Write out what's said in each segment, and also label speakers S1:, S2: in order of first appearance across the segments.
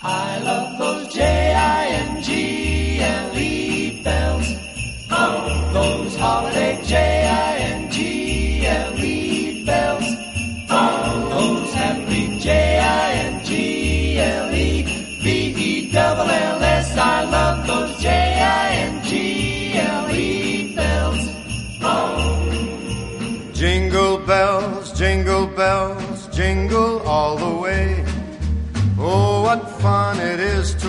S1: I love those J-I-N-G-L-E E bells. Oh, those holiday J-I-N-G-L-E E bells. Oh, those happy J-I-N-G-L-E E B-E-double-L-S. I love those J-I-N-G-L-E E bells.
S2: Jingle bells, jingle bells, jingle all the way. Oh, what fun it is to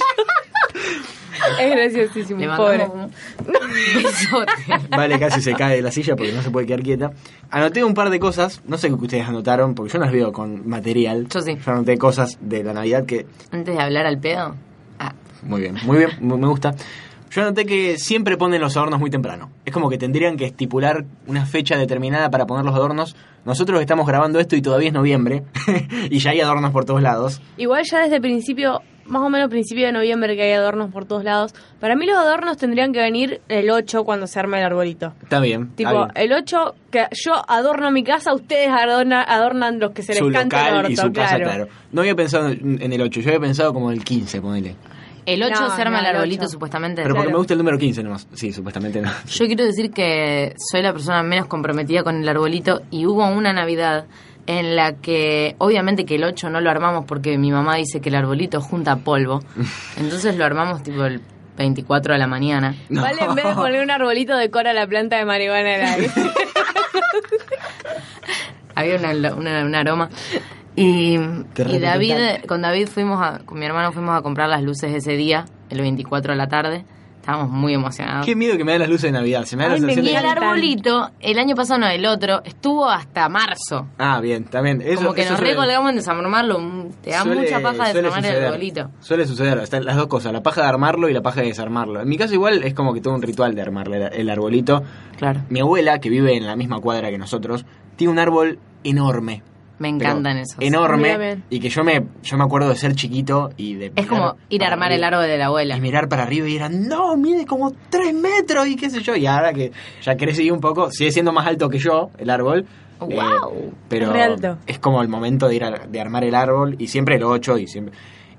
S3: Es graciosísimo,
S4: Le
S3: pobre.
S4: mandamos un un besote.
S5: Vale, casi se cae de la silla porque no se puede quedar quieta. Anoté un par de cosas, no sé qué ustedes anotaron, porque yo no las veo con material.
S4: Yo sí.
S5: Yo anoté cosas de la Navidad que...
S4: Antes de hablar al pedo. Ah,
S5: Muy bien, muy bien, mu- me gusta. Yo anoté que siempre ponen los adornos muy temprano. Es como que tendrían que estipular una fecha determinada para poner los adornos. Nosotros estamos grabando esto y todavía es noviembre. y ya hay adornos por todos lados.
S3: Igual ya desde principio, más o menos principio de noviembre que hay adornos por todos lados. Para mí los adornos tendrían que venir el 8 cuando se arma el arbolito.
S5: Está bien. está
S3: Tipo, eh,
S5: bien.
S3: el 8, que yo adorno mi casa, ustedes adorna- adornan los que se les
S5: su
S3: canta el
S5: local
S3: orto,
S5: y su casa,
S3: claro.
S5: claro. No había pensado en en el 8, yo había pensado como el 15, ponele.
S4: el 8
S3: No,
S4: se arma
S3: no, el
S4: el arbolito,
S3: ocho.
S4: supuestamente.
S5: Pero porque
S3: Claro.
S5: me gusta el número 15 nomás. Sí, supuestamente no.
S4: Yo quiero decir que soy la persona menos comprometida con el arbolito y hubo una Navidad en la que obviamente que el 8 no lo armamos porque mi mamá dice que el arbolito junta polvo. Entonces lo armamos tipo el 24 de la mañana.
S3: Vale, en vez de poner un arbolito, decora la planta de marihuana en el aire.
S4: Había una- una- un aroma. Y,
S5: Qué
S4: y David, eh,
S5: representante.
S4: con David fuimos a, con mi hermano fuimos a comprar las luces ese día, el 24 de la tarde. Estábamos muy emocionados.
S5: Qué miedo que me dan las luces de Navidad. Se me da la
S3: Ay, me
S5: sensación de-
S4: Y el
S3: encantan.
S4: arbolito, el año pasado no, el otro, estuvo hasta marzo.
S5: Ah, bien, también. Eso,
S4: Como que
S5: eso
S4: nos
S5: suele-
S4: recolgamos en desarmarlo. mm, Te da
S5: suele-
S4: mucha paja
S5: suele
S4: desarmar el
S5: suceder.
S4: arbolito.
S5: Suele suceder, están las dos cosas, la paja de armarlo y la paja de desarmarlo. En mi caso igual es como que todo un ritual de armar el, el arbolito.
S4: Claro.
S5: Mi abuela, que vive en la misma cuadra que nosotros, tiene un árbol enorme.
S4: Me
S5: pero
S4: encantan esos.
S3: Mira,
S5: Enorme.
S3: bien.
S5: Y que yo me, yo me acuerdo de ser chiquito y de...
S4: Es como ir a
S5: para
S4: armar el
S5: arriba.
S4: árbol de la abuela.
S5: Y mirar para arriba y era, no, mide como 3 metros y qué sé yo. Y ahora que ya crecí un poco, sigue siendo más alto que yo el árbol. eh,
S4: Guau.
S5: pero
S3: Re alto.
S5: es como el momento de ir a- de armar el árbol y siempre lo 8 y siempre...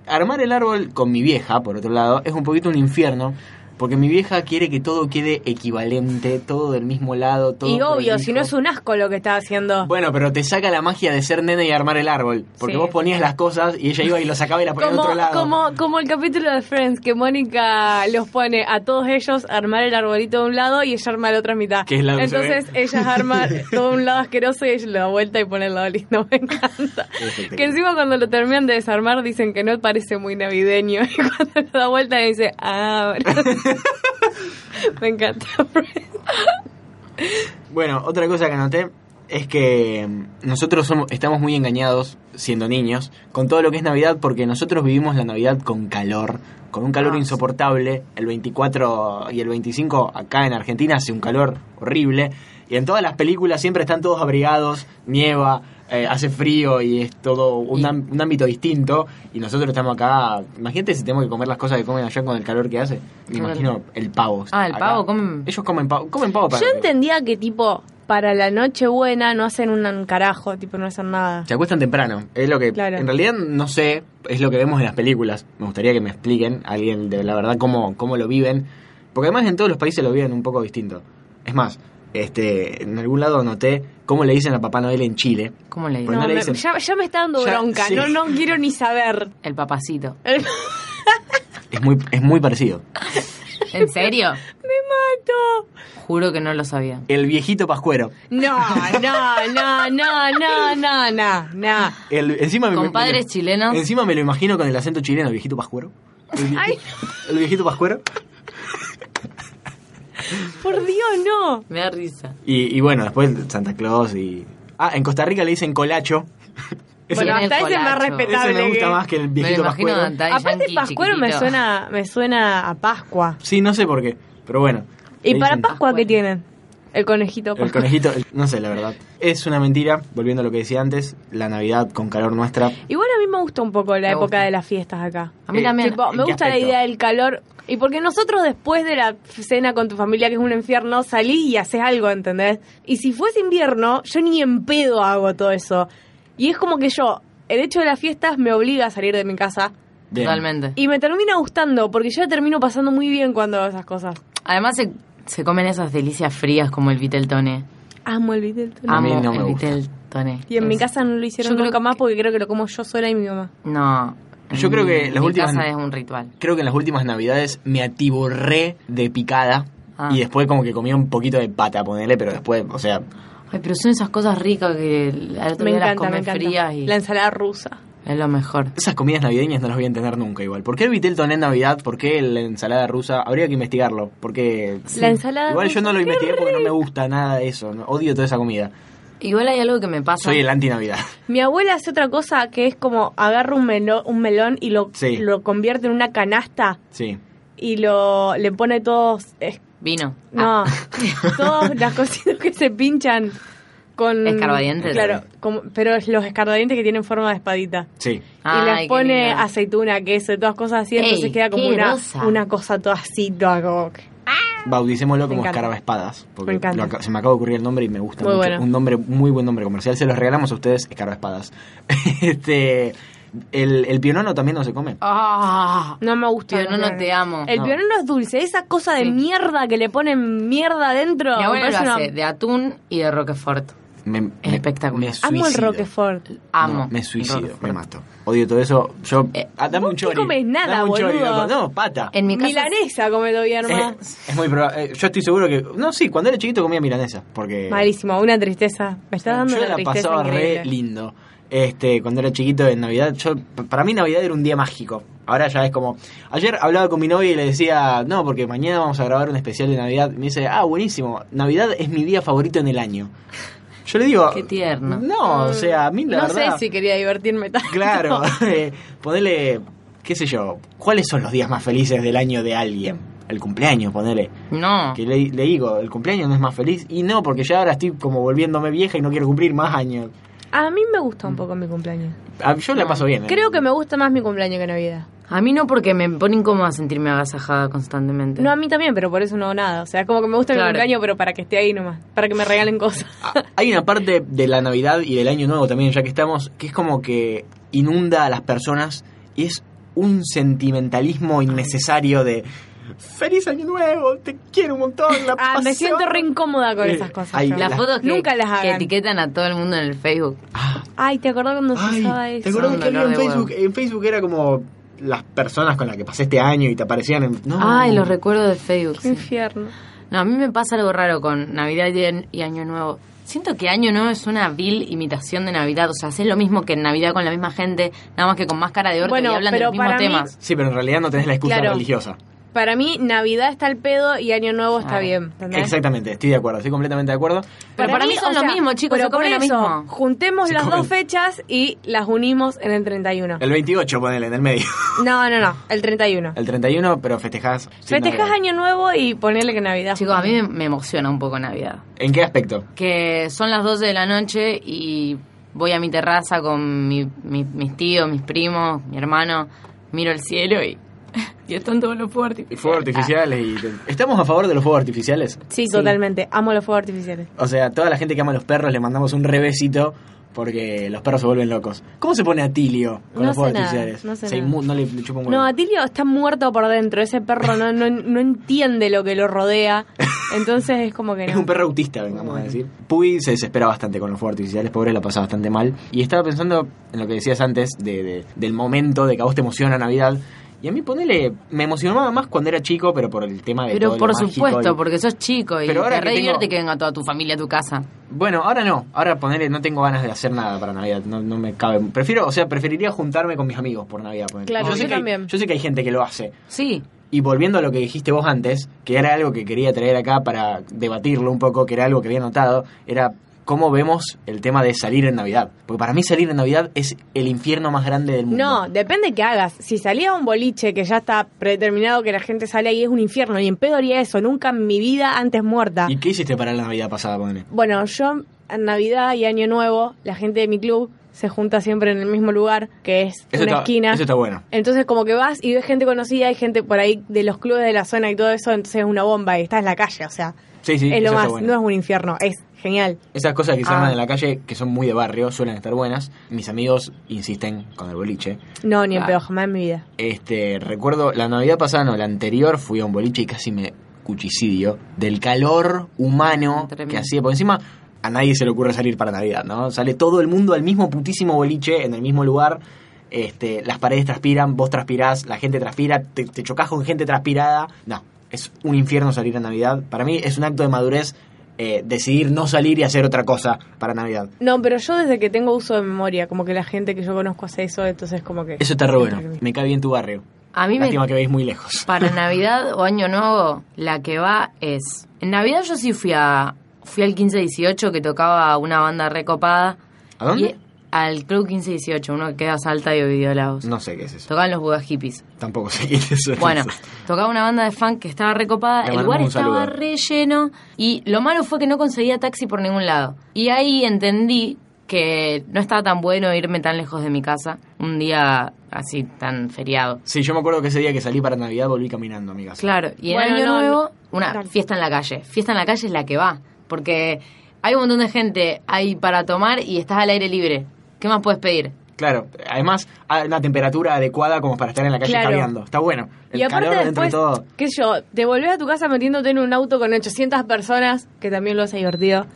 S5: Armar el árbol con mi vieja, por otro lado, es un poquito un infierno. Porque mi vieja quiere que todo quede equivalente, todo del mismo lado, todo...
S3: y obvio,
S5: prolijo.
S3: si no es un asco lo que está haciendo.
S5: Bueno, pero te saca la magia de ser nena y armar el árbol. Porque
S3: Sí.
S5: vos ponías las cosas y ella iba y lo sacaba y la ponía en
S3: Como,
S5: otro lado.
S3: como, como el capítulo de Friends, que Mónica los pone a todos ellos a armar el arbolito de un lado y ella arma la otra mitad.
S5: Que es la que se
S3: Entonces
S5: ve.
S3: ellas arman todo un lado asqueroso y ella lo da vuelta y pone el lado lindo. Me encanta.
S5: Espectacular.
S3: Que encima cuando lo terminan de desarmar dicen que no parece muy navideño. Y cuando lo da vuelta dice, ah, ahora". Me encanta Friends.
S5: Bueno, otra cosa que anoté es que mm, nosotros somos, estamos muy engañados, siendo niños, con todo lo que es Navidad, porque nosotros vivimos la Navidad con calor, con un calor
S4: Ah, sí.
S5: insoportable. El 24 y el 25 acá en Argentina hace un calor horrible. Y en todas las películas siempre están todos abrigados, nieva, eh, hace frío y es todo un,
S4: Y-
S5: am- un ámbito distinto. Y nosotros estamos acá. Imagínate si tenemos que comer las cosas que comen allá con el calor que hace. Me
S4: Claro.
S5: imagino el pavo.
S4: Ah, el
S5: Acá-
S4: pavo, comen-
S5: Ellos comen pavo. Comen pavo para
S3: Yo entendía que tipo, para la noche buena no hacen un carajo, tipo no hacen nada.
S5: Se acuestan temprano. Es lo que.
S3: Claro.
S5: En realidad no sé, es lo que vemos en las películas. Me gustaría que me expliquen alguien de la verdad cómo, cómo lo viven. Porque además en todos los países lo viven un poco distinto. Es más, este, en algún lado noté cómo le dicen a Papá Noel en Chile.
S4: ¿Cómo le digo?
S5: Pues no
S3: No,
S5: le
S3: me-
S5: dicen.
S3: ya, ya me está dando
S5: Ya,
S3: bronca,
S5: sí.
S3: no, no quiero ni saber.
S4: El papacito.
S3: Me
S5: Es muy, es muy parecido.
S4: ¿En serio?
S3: mato.
S4: Juro que no lo sabía.
S5: El viejito pascuero.
S3: No, no, no, no, no, no, no, no.
S5: El, encima me-
S4: Compadres
S5: me lo-
S4: chilenos.
S5: Encima me lo imagino con el acento chileno, el viejito pascuero. El, vie- el viejito pascuero.
S3: Por Dios, no.
S4: Me da risa.
S5: Y, y bueno, después Santa Claus y. Ah, en Costa Rica le dicen colacho. Ese-
S3: Bueno,
S4: Tiene
S3: hasta
S4: el
S3: ese es más
S4: colacho.
S3: respetable.
S5: Ese me gusta
S3: que-
S5: más que el
S4: Me
S5: viejito
S4: lo imagino
S5: pascuero.
S4: Dante
S3: Aparte
S4: Yankee
S3: Pascuero me
S4: chiquitito.
S3: suena, me suena a Pascua.
S5: Sí, no sé por qué, pero bueno.
S3: ¿Y
S5: Le
S3: para
S5: dicen
S3: Pascua qué
S4: Pascuero.
S3: tienen? El conejito
S5: El
S3: Pascua.
S5: conejito, el- no sé, la verdad. Es una mentira, volviendo a lo que decía antes, la Navidad con calor nuestra.
S3: Igual a mí me gusta un poco la
S4: Me
S3: época
S4: gusta.
S3: de las fiestas acá.
S4: A mí
S5: Eh,
S4: también.
S3: Tipo,
S5: ¿en
S3: me
S5: qué
S3: gusta la
S5: aspecto?
S3: idea del calor. Y porque nosotros después de la cena con tu familia, que es un infierno, salís y haces algo, ¿entendés? Y si fuese invierno, yo ni en pedo hago todo eso. Y es como que yo, el hecho de las fiestas me obliga a salir de mi casa.
S5: Bien.
S4: Totalmente.
S3: Y me termina gustando, porque yo la termino pasando muy bien cuando hago esas cosas.
S4: Además se, se comen esas delicias frías como el Viteltoné.
S3: Amo el Beatles.
S5: A mí
S4: Amo
S5: no me
S4: el
S5: gusta.
S4: Viteltoné.
S3: Y en mi
S4: Es-
S3: casa no lo hicieron
S4: Yo creo
S3: nunca más
S4: que-
S3: porque Ah, creo que lo como yo sola y mi mamá.
S4: No.
S5: Yo creo que
S4: En
S5: las
S4: mi
S5: últimas-
S4: casa es un ritual.
S5: Creo que en las últimas navidades me atiborré de picada.
S4: Ah.
S5: Y después como que comía un poquito de pata, ponele, pero después, o sea,
S4: Ay, pero son esas cosas ricas que al otro
S3: Me
S4: día las
S3: encanta, me
S4: comes
S3: encanta.
S4: frías y
S3: La ensalada rusa.
S4: es lo mejor.
S5: esas comidas navideñas no las voy a entender nunca igual. ¿Por qué el Vitelton en Navidad? ¿Por qué la ensalada rusa? Habría que investigarlo, porque...
S3: La ensalada
S5: Igual yo
S3: rusa,
S5: no lo
S3: qué
S5: investigué porque no me
S3: rico.
S5: gusta nada de eso, no- odio toda esa comida.
S4: Igual hay algo que me pasa.
S3: Ah.
S5: Soy el anti-Navidad.
S3: Mi abuela hace otra cosa que es como agarra un, melo- un melón y lo,
S5: Sí.
S3: lo convierte en una canasta
S5: Sí.
S3: y lo le pone todos. es-
S4: Vino.
S5: Ah.
S4: Ah.
S3: no, todas las cositas que se pinchan con.
S4: Escarbadientes.
S3: Claro, como- pero es los escarbadientes que tienen forma de espadita.
S5: Sí.
S4: Ay,
S3: y les
S4: qué
S3: pone
S4: lindo.
S3: aceituna, queso, todas cosas así,
S4: Ey,
S3: entonces queda como
S4: qué
S3: una,
S4: grosa.
S3: una cosa toda así, toda como que-
S5: Bauticémoslo como
S3: Me encanta.
S5: escaraba espadas. Porque
S3: Me encanta.
S5: lo aca- se me acaba de ocurrir el nombre y me gusta
S3: Muy
S5: mucho.
S3: bueno.
S5: Un nombre, muy buen nombre comercial. Se los regalamos a ustedes, escaraba espadas. este, el, el pionono también no se come.
S4: Ah.
S3: No me gusta.
S4: Pionono,
S3: no
S4: te amo.
S3: El
S5: No.
S3: pionono es dulce, esa cosa de
S4: Sí.
S3: mierda que le ponen mierda adentro.
S4: Mi
S3: me
S4: abuela lo
S3: parece una-
S4: hace de atún y de roquefort.
S5: Me, me-
S4: Espectacular.
S5: me
S3: Amo el
S5: suicido.
S3: Roquefort.
S4: Amo.
S5: No, me suicido,
S4: Roquefort.
S5: me mato. Odio todo eso. Yo.
S4: Eh,
S5: ah, dame
S3: vos
S5: un
S3: no
S5: chori.
S3: comes nada,
S5: dame un chori,
S3: boludo.
S5: loco. No, pata.
S4: En mi casa
S3: Milanesa come
S5: Eh,
S3: todavía hermano.
S5: es muy probable. eh, Yo estoy seguro que. No, sí, cuando era chiquito comía milanesa. Porque.
S3: Malísimo, una tristeza. Me está dando
S5: eh, yo
S3: una
S5: la
S3: tristeza
S5: pasaba re
S3: increíble.
S5: lindo. Este, cuando era chiquito en Navidad, yo p- para mí Navidad era un día mágico. Ahora ya es como ayer hablaba con mi novia y le decía, "No, porque mañana vamos a grabar un especial de Navidad." Y me dice, "Ah, buenísimo. Navidad es mi día favorito en el año." Yo le digo,
S4: Qué tierno.
S5: No, o sea, a mí la
S3: Mm, no
S5: verdad
S3: sé si quería divertirme tanto.
S5: Claro, eh, ponele qué sé yo, ¿cuáles son los días más felices del año de alguien? El cumpleaños, ponele.
S4: No.
S5: Que le, le digo, el cumpleaños no es más feliz. Y no, porque ya ahora estoy como volviéndome vieja y no quiero cumplir más años.
S3: A mí me gusta un poco mi cumpleaños.
S5: Ah, Yo la paso bien. ¿eh?
S3: Creo que me gusta más mi cumpleaños que Navidad.
S4: A mí no porque me pone incómoda sentirme agasajada constantemente.
S3: No, a mí también, pero por eso no hago nada. O sea, es como que me gusta
S4: Claro.
S3: mi cumpleaños, pero para que esté ahí nomás. Para que me regalen cosas.
S5: Ah, Hay una parte de la Navidad y del Año Nuevo también, ya que estamos, que es como que inunda a las personas y es un sentimentalismo innecesario de ¡Feliz Año Nuevo! ¡Te quiero un montón! La
S3: Ah, me
S5: pasé
S3: siento re
S5: bárbaro".
S3: incómoda con
S5: Eh,
S3: esas cosas.
S5: ahí
S3: yo.
S4: las
S5: las-
S4: fotos que,
S3: Nunca las
S4: que
S3: hagan.
S4: etiquetan a todo el mundo en el Facebook.
S3: Ay, ¿te acordás cuando se usaba
S5: Ah, Ay,
S3: eso?
S5: ¿te acuerdas que
S4: Un
S5: había en
S4: dolor de
S5: Facebook? En Facebook era como las personas con las que pasé este año y te aparecían en... No.
S4: Ay, los recuerdos de Facebook. sí.
S3: Qué infierno.
S4: No, a mí me pasa algo raro con Navidad y- y Año Nuevo. Siento que Año Nuevo es una vil imitación de Navidad. O sea, haces lo mismo que en Navidad con la misma gente, nada más que con más cara de orto
S3: Bueno,
S4: y hablan
S3: pero
S4: de los mismos
S3: para mí-
S4: temas.
S5: Sí, pero en realidad no tenés la excusa
S3: Claro.
S5: religiosa.
S3: Para mí, Navidad está al pedo y Año Nuevo está
S4: Ah,
S3: bien. ¿entendés?
S5: Exactamente, estoy de acuerdo, estoy completamente de acuerdo.
S4: Pero para mí son
S3: o
S4: lo mismo, chicos,
S3: pero
S4: se comen
S3: por
S4: lo
S3: eso,
S4: mismo.
S3: Juntemos
S5: Se
S3: las
S5: comen.
S3: dos fechas y las unimos en el 31.
S5: El 28, ponele, en el medio.
S3: No, no, no, el 31.
S5: El 31, pero festejás. sin
S3: Festejás
S5: Navidad.
S3: Año Nuevo y ponele que Navidad.
S4: Chicos, a mí me- me emociona un poco Navidad.
S5: ¿En qué aspecto?
S4: que son las 12 de la noche y voy a mi terraza con mi- mi- mis tíos, mis primos, mi hermano, miro el cielo y, y están todos los fuegos artificiales.
S5: Fuegos artificiales y. Eh, ah. ¿Estamos a favor de los fuegos artificiales?
S3: Sí,
S4: Sí.
S3: totalmente. Amo los fuegos artificiales.
S5: O sea, toda la gente que ama a los perros le mandamos un revésito porque los perros se vuelven locos. ¿Cómo se pone Atilio con
S3: No
S5: los fuegos
S3: sé nada,
S5: artificiales?
S3: no sé
S5: Se
S3: nada.
S5: inmu- no le, le chupa un huevo.
S3: No, Atilio está muerto por dentro. Ese perro no, no, no entiende lo que lo rodea. Entonces es como que no.
S5: Es un perro autista, vengamos a decir. Puy se desespera bastante con los fuegos artificiales, pobre, la pasa bastante mal. Y estaba pensando en lo que decías antes de- de- del momento de que a vos te emociona Navidad. Y a mí, ponele, me emocionaba más cuando era chico, pero por el tema de todo
S4: Ah, Pero
S5: lo
S4: por
S5: mágico
S4: supuesto,
S5: y-
S4: porque sos chico y
S5: Pero ahora
S4: te
S5: que
S4: re divierte
S5: tengo-
S4: que venga toda tu familia a tu casa.
S5: Bueno, ahora no. Ahora ponele, no tengo ganas de hacer nada para Navidad. No, no me cabe. Prefiero, o sea, preferiría juntarme con mis amigos por Navidad. ponele.
S3: Claro,
S5: sé
S3: yo
S5: que hay-
S3: también.
S5: yo sé que hay gente que lo hace.
S4: Sí,
S5: Y volviendo a lo que dijiste vos antes, que era algo que quería traer acá para debatirlo un poco, que era algo que había notado, era cómo vemos el tema de salir en Navidad. Porque para mí salir en Navidad es el infierno más grande del mundo.
S3: No, depende que hagas. Si salía a un boliche que ya está predeterminado que la gente sale ahí es un infierno, y en pedo haría eso, nunca en mi vida antes muerta.
S5: ¿Y qué hiciste para la Navidad pasada, ponele?
S3: Bueno, yo en Navidad y Año Nuevo, la gente de mi club se junta siempre en el mismo lugar, que es
S5: Eso
S3: una
S5: está-
S3: esquina.
S5: Eso está bueno.
S3: Entonces como que vas y ves gente conocida, hay gente por ahí de los clubes de la zona y todo eso, entonces es una bomba y estás en la calle, o sea,
S5: Sí, sí,
S3: es
S5: eso
S3: lo
S5: está
S3: más,
S5: bueno.
S3: no es un infierno, es genial.
S5: Esas cosas que se
S4: Ah.
S5: llaman en la calle, que son muy de barrio, suelen estar buenas. Mis amigos insisten con el boliche.
S3: No, ni en
S4: Ah.
S3: pedo, jamás en mi vida.
S5: Este, recuerdo, la Navidad pasada, no, la anterior, fui a un boliche y casi me cuchicidio del calor humano
S4: Ah, Tremendo.
S5: que hacía. Por encima, a nadie se le ocurre salir para Navidad, ¿no? Sale todo el mundo al mismo putísimo boliche, en el mismo lugar. Este, las paredes transpiran, vos transpirás, la gente transpira, te, te chocas con gente transpirada. No, es un infierno salir a Navidad. Para mí es un acto de madurez eh, decidir no salir y hacer otra cosa para Navidad.
S3: No, pero yo desde que tengo uso de memoria, como que la gente que yo conozco hace eso, entonces como que...
S5: Eso está re bueno. Me cae bien tu barrio.
S4: A mí me,
S5: Lástima que veis muy lejos.
S4: para Navidad o Año Nuevo, la que va es. En Navidad yo sí fui a. Fui al 1518 que tocaba una banda recopada.
S5: ¿A dónde?
S4: Y al Club 1518, uno que queda salta y Videolagos.
S5: No sé qué es eso.
S4: Tocaban los Buda Hippies.
S5: Tampoco sé quién es eso.
S4: Bueno, tocaba una banda de funk que estaba recopada,
S5: Le
S4: el lugar
S5: mandamos un
S4: estaba
S5: saludo.
S4: re lleno y lo malo fue que no conseguía taxi por ningún lado. Y ahí entendí que no estaba tan bueno irme tan lejos de mi casa un día así tan feriado.
S5: Sí, yo me acuerdo que ese día que salí para Navidad volví caminando a mi casa.
S4: Claro, y en
S3: Bueno,
S4: Año
S3: no,
S4: Nuevo,
S3: no.
S4: una
S3: Dale.
S4: fiesta en la calle. Fiesta en la calle es la que va, porque hay un montón de gente ahí para tomar y estás al aire libre. ¿Qué más puedes pedir?
S5: Claro, además a una temperatura adecuada como para estar en la calle
S3: Claro.
S5: caminando. Está bueno. El
S3: Y aparte
S5: calor dentro de
S3: después,
S5: todo.
S3: qué sé yo, te volvés a tu casa metiéndote en un auto con 800 personas, que también lo hace divertido.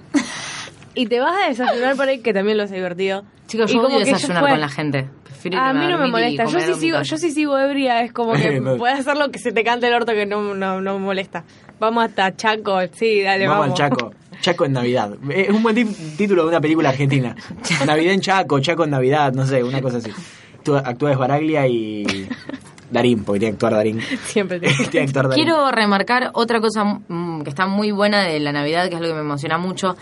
S3: Y te vas a desayunar por ahí, que también lo hace divertido.
S4: Chicos,
S3: Y
S4: yo
S3: como
S4: odio
S3: que ya
S4: desayunar
S3: fue.
S4: con la gente. Prefiero
S3: A
S4: irme
S3: mí no
S4: dormir
S3: me
S4: y
S3: molesta. Yo
S4: comer
S3: sí,
S4: en mi
S3: sigo,
S4: casa.
S3: yo sí sigo ebria, es como que
S5: No.
S3: puedes hacer lo que se te cante el orto que no, no, no molesta. Vamos hasta Chaco, sí, dale,
S5: vamos
S3: vamos.
S5: al Chaco. Chaco en Navidad. Es un buen ti- título de una película argentina. Navidad en Chaco, Chaco en Navidad, no sé, una cosa así. Tú actúas Baraglia y Darín, porque tiene que actuar Darín.
S3: Siempre te
S5: tiene que actuar Darín.
S4: Quiero remarcar otra cosa mm, que está muy buena de la Navidad, que es algo que me emociona mucho.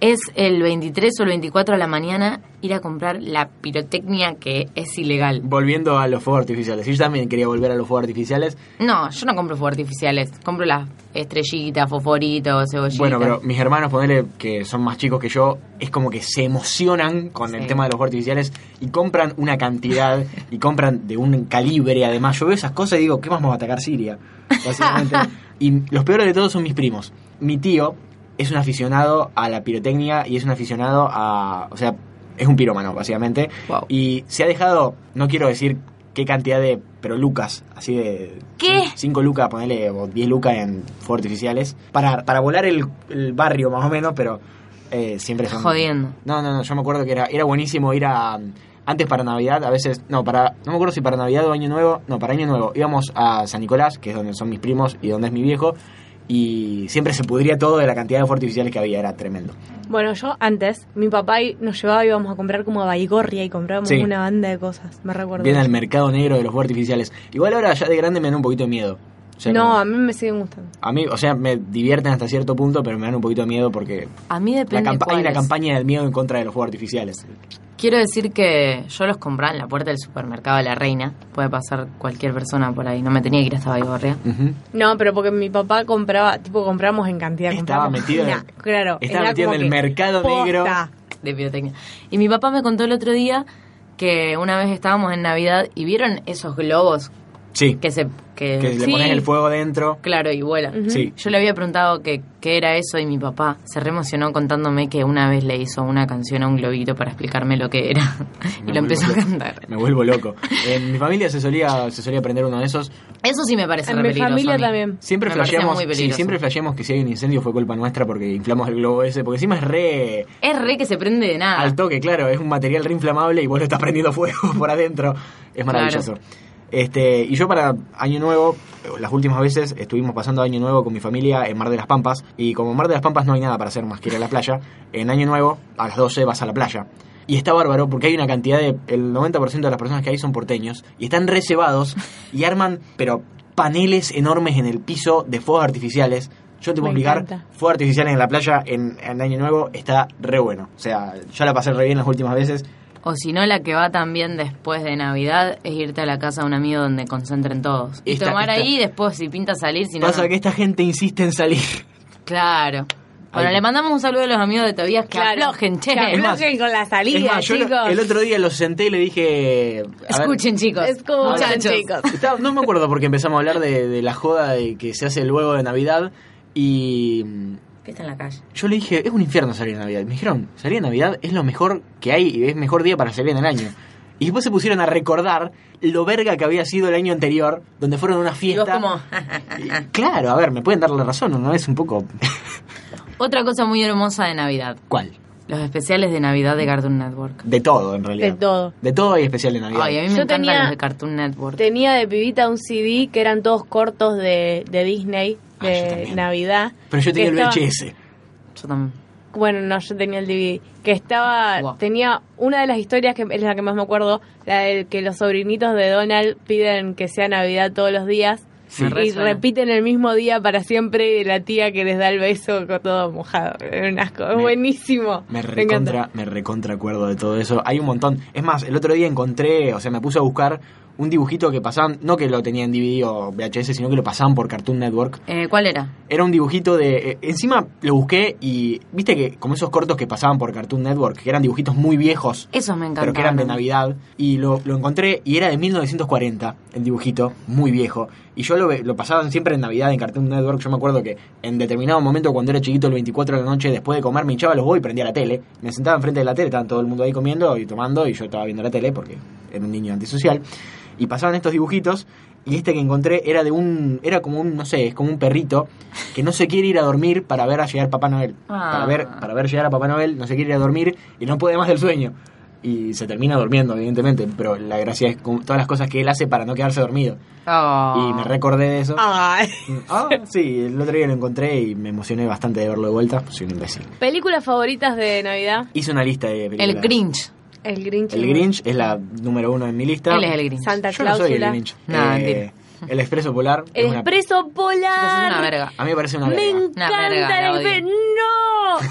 S4: Es el 23 o el 24 de la mañana ir a comprar la pirotecnia que es ilegal.
S5: Volviendo a los fuegos artificiales. Yo también quería volver a los fuegos artificiales.
S4: No, yo no compro fuegos artificiales. Compro las estrellitas, fosforitos, cebollitas.
S5: Bueno, pero mis hermanos, ponele que son más chicos que yo, es como que se emocionan con el
S4: Sí.
S5: tema de los fuegos artificiales y compran una cantidad y compran de un calibre. Además, yo veo esas cosas y digo, ¿qué más vamos a atacar Siria? Básicamente. y los peores de todos son mis primos. Mi tío es un aficionado a la pirotecnia y es un aficionado a. O sea, es un piromano, básicamente.
S4: Wow.
S5: Y se ha dejado, no quiero decir qué cantidad de. Pero lucas, así de.
S4: ¿Qué?
S5: 5 lucas, ponele, o 10 lucas en fuegos artificiales. Para, para volar el, el barrio, más o menos, pero eh, siempre son.
S4: Jodiendo.
S5: No, no, no, yo me acuerdo que era, era buenísimo ir a. Antes para Navidad, a veces. No, para. No me acuerdo si para Navidad o Año Nuevo. No, para Año Nuevo. Íbamos a San Nicolás, que es donde son mis primos y donde es mi viejo. Y siempre se pudría todo de la cantidad de fuegos artificiales que había, era tremendo.
S3: Bueno, yo antes, mi papá y- nos llevaba y íbamos a comprar como a Baigorria y comprábamos
S5: Sí.
S3: una banda de cosas, me recuerdo.
S5: Viene al mercado negro de los fuegos artificiales. Igual ahora ya de grande me dan un poquito de miedo. O sea,
S3: No,
S5: como-
S3: a mí me siguen gustando.
S5: a mí, o sea, me divierten hasta cierto punto, pero me dan un poquito de miedo porque
S4: A mí
S5: La
S4: depende
S5: campa- hay una
S4: cuáles.
S5: campaña del miedo en contra de los fuegos artificiales.
S4: Quiero decir que yo los compraba en la puerta del supermercado de La Reina. Puede pasar cualquier persona por ahí. No me tenía que ir hasta Baigorria.
S3: No, pero porque mi papá compraba, tipo, compramos en cantidad.
S5: Estaba
S3: compramos
S5: metido en-
S3: una, claro,
S5: estaba
S3: era
S5: metido
S3: como
S5: en el
S3: que
S5: mercado negro.
S4: de pirotecnia. Y mi papá me contó el otro día que una vez estábamos en Navidad y vieron esos globos
S5: Sí, que,
S4: que se... Que,
S5: le
S4: Sí,
S5: pones el fuego dentro.
S4: Claro, y vuelan.
S5: Sí.
S4: Yo le había preguntado que- qué era eso y mi papá se re emocionó contándome que una vez le hizo una canción a un globito para explicarme lo que era. y
S5: Me
S4: lo empezó a
S5: vuelvo
S4: cantar.
S5: Me vuelvo loco. En mi familia se solía, se solía prender uno de esos.
S4: Eso sí me parece
S3: En
S4: re
S3: mi
S4: peligroso
S3: familia
S4: a mí.
S3: también.
S5: Siempre
S4: Me parecía
S5: flasheamos,
S4: muy
S5: sí,
S4: peligroso.
S5: siempre flasheamos que si hay un incendio fue culpa nuestra porque inflamos el globo ese. Porque encima es re
S4: Es re que se prende de nada.
S5: al toque, claro. Es un material re inflamable y vos lo estás prendiendo fuego por adentro. Es maravilloso. Este, y yo para Año Nuevo, las últimas veces estuvimos pasando Año Nuevo con mi familia en Mar de las Pampas. Y como en Mar de las Pampas no hay nada para hacer más que ir a la playa, en Año Nuevo a las 12 vas a la playa. Y está bárbaro porque hay una cantidad de. El 90% de las personas que hay son porteños y están reservados y arman, pero paneles enormes en el piso de fuegos artificiales. Yo te puedo
S3: Me
S5: explicar,
S3: encanta.
S5: fuegos artificiales en la playa en, en Año Nuevo está re bueno. O sea, yo la pasé re bien las últimas veces.
S4: O si no, la que va también después de Navidad es irte a la casa de un amigo donde concentren todos. Y
S5: Esta-
S4: tomar
S5: esta-
S4: ahí y después si pinta salir, si no...
S5: Pasa
S4: no.
S5: que esta gente insiste en salir.
S4: Claro. Bueno,
S5: Ahí.
S4: le mandamos un saludo a los amigos de Tobías que
S3: Claro.
S4: aflojen, che.
S3: Que aflojen con la
S5: Es
S3: salida,
S5: más, yo lo-
S3: chicos.
S5: el otro día los senté y le dije... a ver,
S4: Escuchen, chicos.
S3: Escuchen,
S4: Muchachos.
S3: chicos.
S5: Estaba- no me acuerdo porque empezamos a hablar de, de la joda de que se hace el huevo de Navidad y mm,
S4: Fiesta en la calle.
S5: yo le dije, es un infierno salir en Navidad. Y Me dijeron, salir en Navidad es lo mejor que hay y es mejor día para salir en el año. Y después se pusieron a recordar lo verga que había sido el año anterior, donde fueron a una
S4: Y vos
S5: fiesta.
S4: como... "Ah,
S5: Y, claro, a ver, me pueden dar la razón, ¿no? Es un poco...
S4: Otra cosa muy hermosa de Navidad.
S5: ¿Cuál?
S4: Los especiales de Navidad de Cartoon Network.
S5: De todo, en realidad.
S3: De todo.
S5: De todo hay especial de Navidad.
S4: Ay, a mí me
S3: Yo
S4: encantan
S3: tenía-
S4: los de Cartoon Network.
S3: Tenía de pibita un CD que eran todos cortos de, de Disney,
S5: Ah, yo
S3: de
S5: también.
S3: Navidad.
S5: Pero yo tenía el
S3: que estaba-
S5: VHS.
S4: Yo también.
S3: Bueno, no, yo tenía el DVD. Que estaba.
S4: Wow.
S3: Tenía una de las historias que es la que más me acuerdo. La de que los sobrinitos de Donald piden que sea Navidad todos los días.
S4: Sí. Me
S3: Y
S4: resuena.
S3: repiten el mismo día para siempre. Y la tía que les da el beso con todo mojado. Es un asco. Es
S5: Me-
S3: buenísimo.
S5: Me
S3: encanta.
S5: recontra, me recontra acuerdo de todo eso. Hay un montón. Es más, el otro día encontré, o sea, me puse a buscar un dibujito que pasaban, no que lo tenía en DVD o VHS, sino que lo pasaban por Cartoon Network.
S4: Eh, ¿Cuál era?
S5: Era un dibujito de... eh, encima lo busqué y viste que como esos cortos que pasaban por Cartoon Network, que eran dibujitos muy viejos,
S4: Esos me encantaban.
S5: pero que eran de Navidad, y lo, lo encontré y era de 1940, el dibujito, muy viejo. Y yo lo, ve- lo pasaban siempre en Navidad en Cartoon Network. Yo me acuerdo que en determinado momento cuando era chiquito, el 24 de la noche, después de comer, me hinchaba los huevos y prendía la tele. Me sentaba enfrente de la tele, estaban todo el mundo ahí comiendo y tomando, y yo estaba viendo la tele porque era un niño antisocial. Y pasaban estos dibujitos, y este que encontré era de un. Era como un, no sé, es como un perrito que no se quiere ir a dormir para ver a llegar Papá Noel.
S4: Ah.
S5: Para ver para ver llegar a Papá Noel, no se quiere ir a dormir y no puede más del sueño. Y se termina durmiendo, evidentemente, pero la gracia es como todas las cosas que él hace para no quedarse dormido.
S4: Oh.
S5: Y me recordé de eso.
S3: Ay.
S5: Ah, sí, el otro día lo encontré y me emocioné bastante de verlo de vuelta, soy un imbécil.
S3: Películas favoritas de Navidad.
S5: Hice una lista de películas.
S4: El Grinch.
S3: El Grinch.
S5: El Grinch es la número uno en mi lista.
S4: Él es el Grinch.
S3: Santa
S5: Yo no soy el
S3: Clausula.
S5: Grinch.
S4: No, mentira.
S5: el Expreso Polar.
S3: El
S5: es una-
S3: expreso
S4: Chicos,
S3: polar.
S4: es una verga.
S5: A mí me parece una
S3: Me
S5: verga.
S3: encanta
S4: Una verga, la
S3: el
S4: odio.
S3: expreso. ¡No! ¡Amo el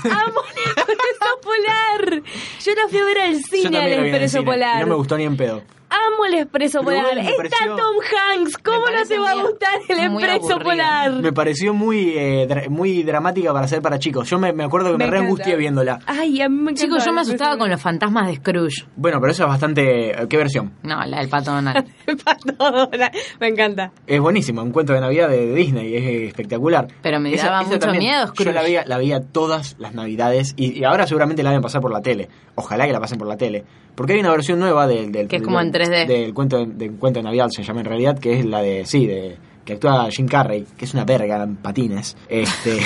S3: expreso polar! Yo no fui a ver al
S5: Yo
S3: cine
S5: también lo
S3: al
S5: vi en el
S3: expreso
S5: cine,
S3: polar.
S5: y No me gustó ni en pedo.
S3: Amo el expreso
S5: Pero
S3: polar.
S5: bueno, me
S3: Está
S5: pareció-
S3: Tom Hanks. ¿Cómo no
S4: parece
S3: te va a
S4: muy-
S3: gustar el
S4: muy
S3: expreso
S4: aburrido.
S3: polar?
S5: Me pareció muy eh, dra- muy dramática para ser para chicos. Yo me, me acuerdo que me,
S3: Me
S5: re
S3: encanta.
S5: angustié viéndola.
S3: Ay, a mí me encanta
S4: Chicos, yo
S3: el
S4: me
S3: Expreso
S4: asustaba con
S3: Polar.
S4: los fantasmas de Scrooge.
S5: Bueno, pero eso es bastante. eh, ¿Qué versión?
S4: No, la del pato Donald.
S3: Pa' todo, la- Me encanta.
S5: Es buenísima, un cuento de Navidad de, de Disney, es eh, espectacular.
S4: Pero me daba mucho miedo,
S5: Yo
S4: Scrooge.
S5: la veía, la veía todas las Navidades y, y ahora seguramente la deben pasar por la tele. Ojalá que la pasen por la tele. Porque hay una versión nueva del. del-
S4: Que es
S5: del-
S4: como en 3D.
S5: Del cuento de, del cuento de Navidad, se llama en realidad, que es la de. Sí, de. Que actúa Jim Carrey, que es una verga en patines. Este.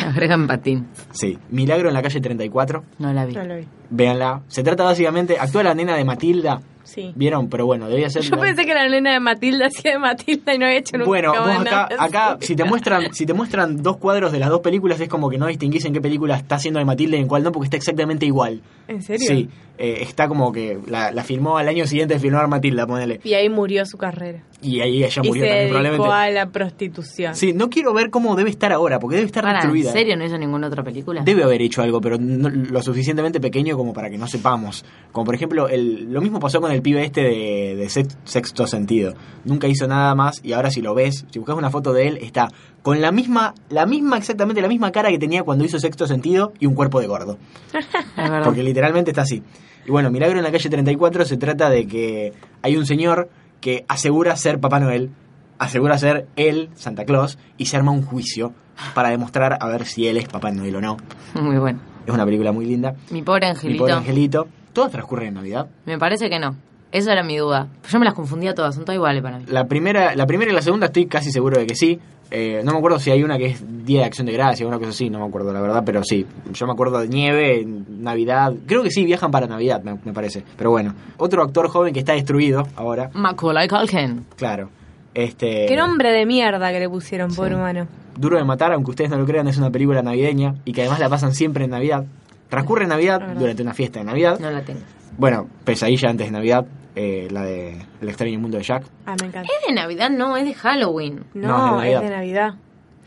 S4: La verga en patín.
S5: sí. Milagro en la calle 34.
S4: No la vi.
S3: No lo vi.
S5: Véanla. Se trata básicamente. Actúa la nena de Matilda.
S3: Sí.
S5: ¿Vieron? Pero bueno, debía ser.
S3: Yo
S5: la-
S3: pensé que la nena de Matilda hacía de Matilda y no había hecho nunca
S5: Bueno,
S3: más
S5: vos acá,
S3: nada.
S5: acá si te muestran, si te muestran dos cuadros de las dos películas, es como que no distinguís en qué película está haciendo de Matilde y en cuál no, porque está exactamente igual.
S3: ¿En serio?
S5: Sí, eh, está como que la, la filmó al año siguiente de filmar Matilda, ponele.
S3: Y ahí murió su carrera.
S5: Y ahí ella
S3: y
S5: murió
S3: se
S5: también,
S3: dedicó
S5: probablemente.
S3: a la prostitución.
S5: Sí, no quiero ver cómo debe estar ahora, porque debe estar
S4: Para, ¿En
S5: destruida.
S4: serio no hizo ninguna otra película?
S5: Debe haber hecho algo, pero no- lo suficientemente pequeño como para que no sepamos. Como por ejemplo, el, lo mismo pasó con el pibe este de, de sex- sexto sentido. Nunca hizo nada más y ahora si lo ves, si buscas una foto de él, está con la misma, la misma, exactamente la misma cara que tenía cuando hizo sexto sentido y un cuerpo de gordo.
S4: Es verdad.
S5: Porque literalmente está así. Y bueno, Milagro en la calle 34 se trata de que hay un señor que asegura ser Papá Noel, asegura ser él, Santa Claus, y se arma un juicio para demostrar a ver si él es Papá Noel o no.
S4: Muy bueno.
S5: Es una película muy linda.
S4: Mi pobre
S5: Mi
S4: angelito.
S5: pobre angelito. Todo transcurre en Navidad.
S4: Me parece que no. Esa era mi duda. Yo me las confundía todas, son todas iguales para mí.
S5: La primera, la primera y la segunda estoy casi seguro de que sí. Eh, no me acuerdo si hay una que es Día de Acción de Gracia, una cosa así, no me acuerdo la verdad, pero sí. Yo me acuerdo de nieve, Navidad. Creo que sí, viajan para Navidad, me, me parece. Pero bueno, otro actor joven que está destruido ahora,
S4: Macaulay Culkin.
S5: claro. Este,
S3: Qué nombre de mierda que le pusieron, por
S5: Sí.
S3: humano.
S5: Duro de Matar, aunque ustedes no lo crean, es una película navideña y que además la pasan siempre en Navidad. Transcurre en Navidad,
S3: verdad.
S5: durante una fiesta de Navidad.
S4: No la tengo.
S5: Bueno, Pesadilla antes de Navidad, eh, la de El extraño mundo de Jack.
S3: Ah, me encanta.
S4: Es de Navidad, no, es de Halloween.
S3: No,
S5: No, es de
S3: es
S5: Navidad.
S3: de Navidad.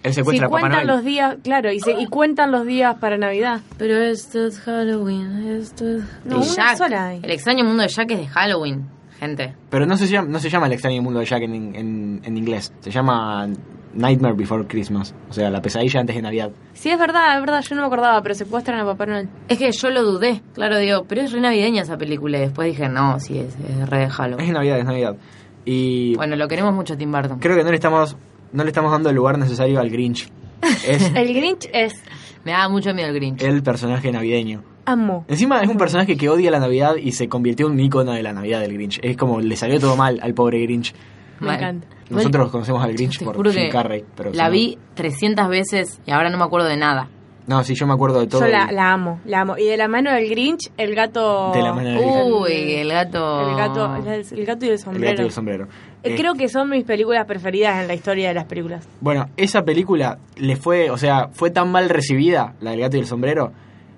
S5: Él
S3: Si
S5: secuestra a Papá
S3: cuentan
S5: Noel.
S3: los días, claro, y, se- y cuentan los días para Navidad.
S4: Pero esto es Halloween, esto es...
S3: No,
S4: Y
S3: una
S4: Jack,
S3: sola hay.
S4: El extraño mundo de Jack es de Halloween, gente.
S5: Pero no se llama, no se llama El extraño mundo de Jack en, en- en inglés. Se llama Nightmare Before Christmas. O sea, la pesadilla antes de Navidad.
S3: Sí, es verdad, es verdad, yo no me acordaba, pero secuestran a Papá Noel.
S4: Es que yo lo dudé, claro, digo, pero es re navideña esa película. Y después dije, no, sí, es, es re de
S5: Es
S4: Halloween.
S5: Navidad, es Navidad. Y
S4: Bueno, lo queremos mucho a Tim Burton.
S5: creo que no le estamos no le estamos dando el lugar necesario al Grinch. Es
S3: El Grinch es
S4: Me da mucho miedo el Grinch.
S5: el personaje navideño.
S3: amo.
S5: Encima es un personaje que odia la Navidad y se convirtió en un icono de la Navidad del Grinch. Es como le salió todo mal al pobre Grinch.
S3: Me
S4: Mal.
S3: encanta.
S5: Nosotros conocemos al
S4: Yo
S5: Grinch
S4: te
S5: por
S4: juro
S5: Jim
S4: que
S5: Carrey, pero
S4: la
S5: sí.
S4: vi 300 veces y ahora no me acuerdo de nada.
S5: No, sí, yo me acuerdo de todo.
S3: Yo la,
S5: el-
S3: la amo, la amo. Y de la mano del Grinch, el gato.
S5: De la mano del Grinch.
S4: Uy, el Oh. gato.
S3: El gato, el gato y el
S5: el
S3: sombrero.
S5: gato y el sombrero.
S3: Eh,
S5: Eh,
S3: Creo que son mis películas preferidas en la historia de las películas.
S5: Bueno, esa película le fue, o sea, fue tan mal recibida, la del gato y el sombrero,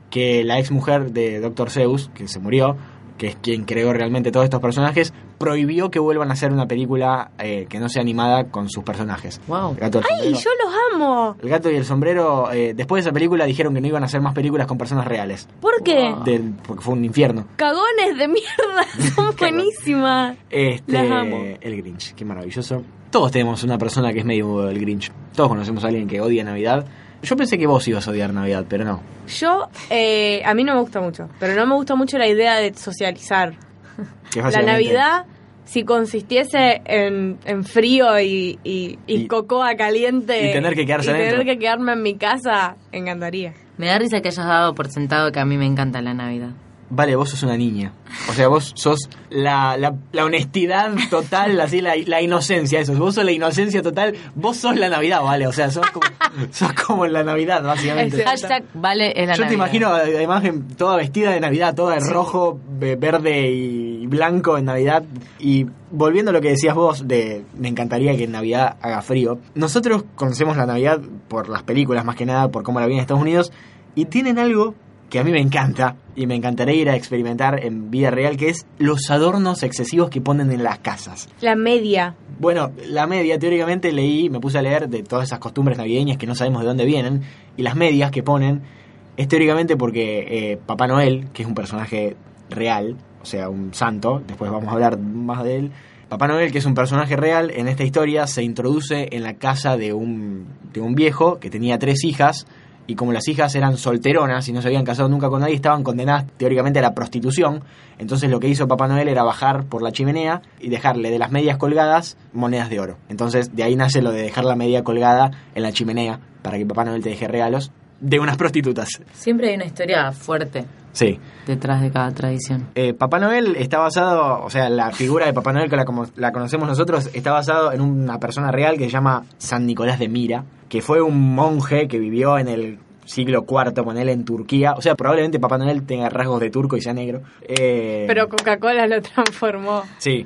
S5: que la ex mujer de Dr. Zeus, que se murió, que es quien creó realmente todos estos personajes, prohibió que vuelvan a hacer una película eh, que no sea animada con sus personajes.
S4: Wow.
S5: El gato, y el
S3: ¡Ay,
S5: sombrero.
S3: yo los amo!
S5: El gato y el sombrero, eh, después de esa película dijeron que no iban a hacer más películas con personas reales,
S3: ¿Por qué?
S4: Wow.
S5: del- porque fue un infierno.
S3: Cagones de mierda, son buenísimas.
S5: Este,
S3: Las amo.
S5: El Grinch, qué maravilloso. Todos tenemos una persona que es medio el Grinch. Todos conocemos a alguien que odia Navidad. Yo pensé que vos ibas a odiar Navidad, pero no.
S3: Yo, eh, a mí no me gusta mucho, pero no me gusta mucho la idea de socializar.
S5: Que
S3: La
S5: básicamente-
S3: Navidad, si consistiese en, en frío y, y, y
S5: Y-
S3: cocoa caliente.
S5: y tener que quedarse
S3: y
S5: adentro.
S3: tener que quedarme en mi casa, encantaría.
S4: Me da risa que hayas dado por sentado que a mí me encanta la Navidad.
S5: Vale, vos sos una niña. O sea, vos sos la, la- la honestidad total, así, la, la inocencia, eso. Vos sos la inocencia total, vos sos la Navidad, vale. O sea, sos como, sos como la Navidad, básicamente.
S3: Ese-
S4: Hashtag vale es la
S5: Yo te
S4: Navidad.
S5: imagino a la imagen toda vestida de Navidad, toda de rojo, ve- verde y blanco en Navidad. Y volviendo a lo que decías vos, de me encantaría que en Navidad haga frío. Nosotros conocemos la Navidad por las películas, más que nada, por cómo la viven en Estados Unidos. Y tienen algo que a mí me encanta y me encantaría ir a experimentar en vida real, que es los adornos excesivos que ponen en las casas.
S3: La media.
S5: Bueno, la media, teóricamente leí, me puse a leer de todas esas costumbres navideñas que no sabemos de dónde vienen, y las medias que ponen, es teóricamente porque eh, Papá Noel, que es un personaje real, o sea, un santo, después vamos a hablar más de él, Papá Noel, que es un personaje real, en esta historia se introduce en la casa de un, de un viejo que tenía tres hijas, y como las hijas eran solteronas y no se habían casado nunca con nadie, estaban condenadas teóricamente a la prostitución. Entonces lo que hizo Papá Noel era bajar por la chimenea y dejarle de las medias colgadas monedas de oro. Entonces de ahí nace lo de dejar la media colgada en la chimenea para que Papá Noel te deje regalos de unas prostitutas.
S4: Siempre hay una historia fuerte
S5: Sí.
S4: detrás de cada tradición.
S5: Eh, Papá Noel está basado, o sea, la figura de Papá Noel que la, como- la conocemos nosotros está basado en una persona real que se llama San Nicolás de Mira, que fue un monje que vivió en el siglo IV, ponele, en Turquía. O sea, probablemente Papá Noel tenga rasgos de turco y sea negro. Eh,
S3: Pero Coca-Cola lo transformó.
S5: Sí,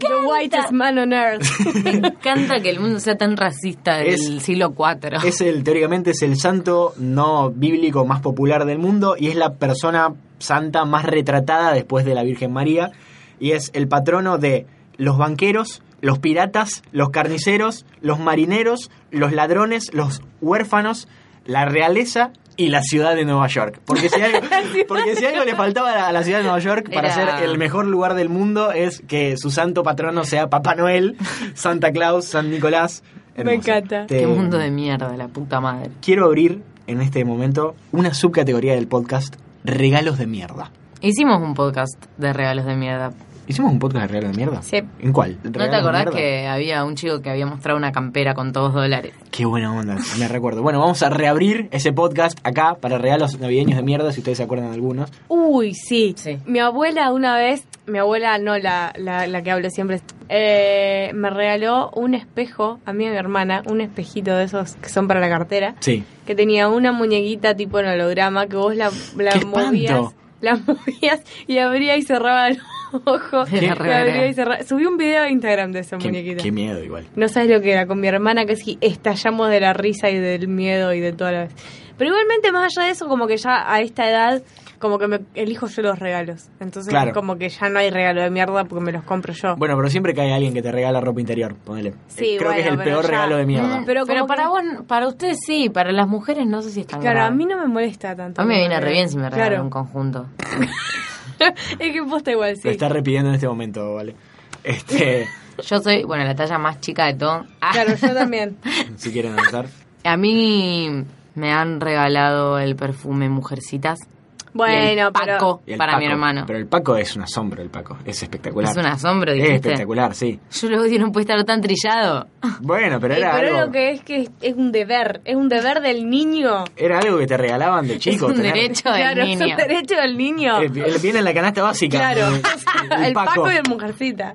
S3: The whitest man on earth.
S4: Me encanta que el mundo sea tan racista del
S5: Es-
S4: siglo IV.
S5: es el, teóricamente es el santo no bíblico más popular del mundo y es la persona santa más retratada después de la Virgen María y es el patrono de los banqueros, los piratas, los carniceros, los marineros, los ladrones, los huérfanos, la realeza y la ciudad de Nueva York. Porque si algo, porque si algo le faltaba a la- a la ciudad de Nueva York para
S4: Era-
S5: ser el mejor lugar del mundo es que su santo patrono sea Papá Noel, Santa Claus, San Nicolás.
S3: Me
S5: Hermoso.
S3: encanta.
S5: Te-
S4: Qué mundo de mierda, la puta madre.
S5: quiero abrir en este momento una subcategoría del podcast, regalos de mierda.
S4: Hicimos un podcast de regalos de mierda.
S5: ¿Hicimos un podcast de regalos de mierda?
S3: Sí.
S5: ¿En cuál?
S4: ¿No te
S5: ¿Regalos de
S4: acordás
S5: mierda?
S4: que había un chico que había mostrado una campera con todos dólares?
S5: Qué buena onda, me recuerdo. Bueno, vamos a reabrir ese podcast acá para regalos navideños de mierda, si ustedes se acuerdan de algunos.
S3: Uy, sí.
S4: Sí.
S3: Mi abuela una vez, mi abuela no la, la, la que hablo siempre, eh, me regaló un espejo, a mí y a mi hermana, un espejito de esos que son para la cartera,
S5: Sí.
S3: que tenía una muñequita tipo en holograma que vos la, la
S5: ¡Qué espanto!
S3: movías. La movías y abría y cerraba el ojo.
S4: Qué
S3: y
S4: rara.
S3: abría y cerraba. Subí un video a Instagram de esa
S5: Qué,
S3: muñequita.
S5: qué miedo igual.
S3: No sabes lo que era con mi hermana, que sí, estallamos de la risa y del miedo y de toda la vez. Pero igualmente, más allá de eso, como que ya a esta edad, como que me elijo yo los regalos. Entonces,
S5: Claro.
S3: como que ya no hay regalo de mierda porque me los compro yo.
S5: Bueno, pero siempre cae alguien que te regala ropa interior, ponele. Eh,
S3: Sí,
S5: Creo que es
S3: bueno,
S5: el
S3: pero
S5: peor
S3: ya-
S5: regalo de mierda.
S4: Mm, pero
S3: Pero como
S4: para
S3: que-
S4: vos, para ustedes sí, para las mujeres no sé si están
S3: claro, a mí no me molesta tanto.
S4: A mí me
S3: que
S4: viene re bien si me regalan
S3: Claro.
S4: un conjunto.
S3: es que posta igual, sí.
S5: Lo está repidiendo en este momento, ¿vale? Este,
S4: Yo soy, bueno, la talla más chica de todo. Ah.
S3: Claro, yo también.
S5: si quieren avanzar.
S4: A mí me han regalado el perfume Mujercitas. y
S3: Bueno,
S4: el Paco
S5: Y el
S4: para mi
S5: Paco.
S4: hermano.
S5: Pero el Paco es un asombro, el Paco. Es espectacular.
S4: Es un asombro,
S5: Es
S4: dijiste.
S5: espectacular, sí.
S4: Yo lo odio, no puede estar tan trillado.
S5: Bueno, pero
S3: pero,
S5: era
S3: Eh, pero
S5: algo.
S3: lo que es que es, es un deber, es un deber del niño.
S5: Era algo que te regalaban de chico.
S4: es un
S5: tener-
S4: derecho del
S3: Claro, es
S4: niño.
S3: un derecho del niño.
S5: Eh, eh, Viene en la canasta básica.
S3: Claro,
S5: Eh,
S3: el Paco y el Mujercita.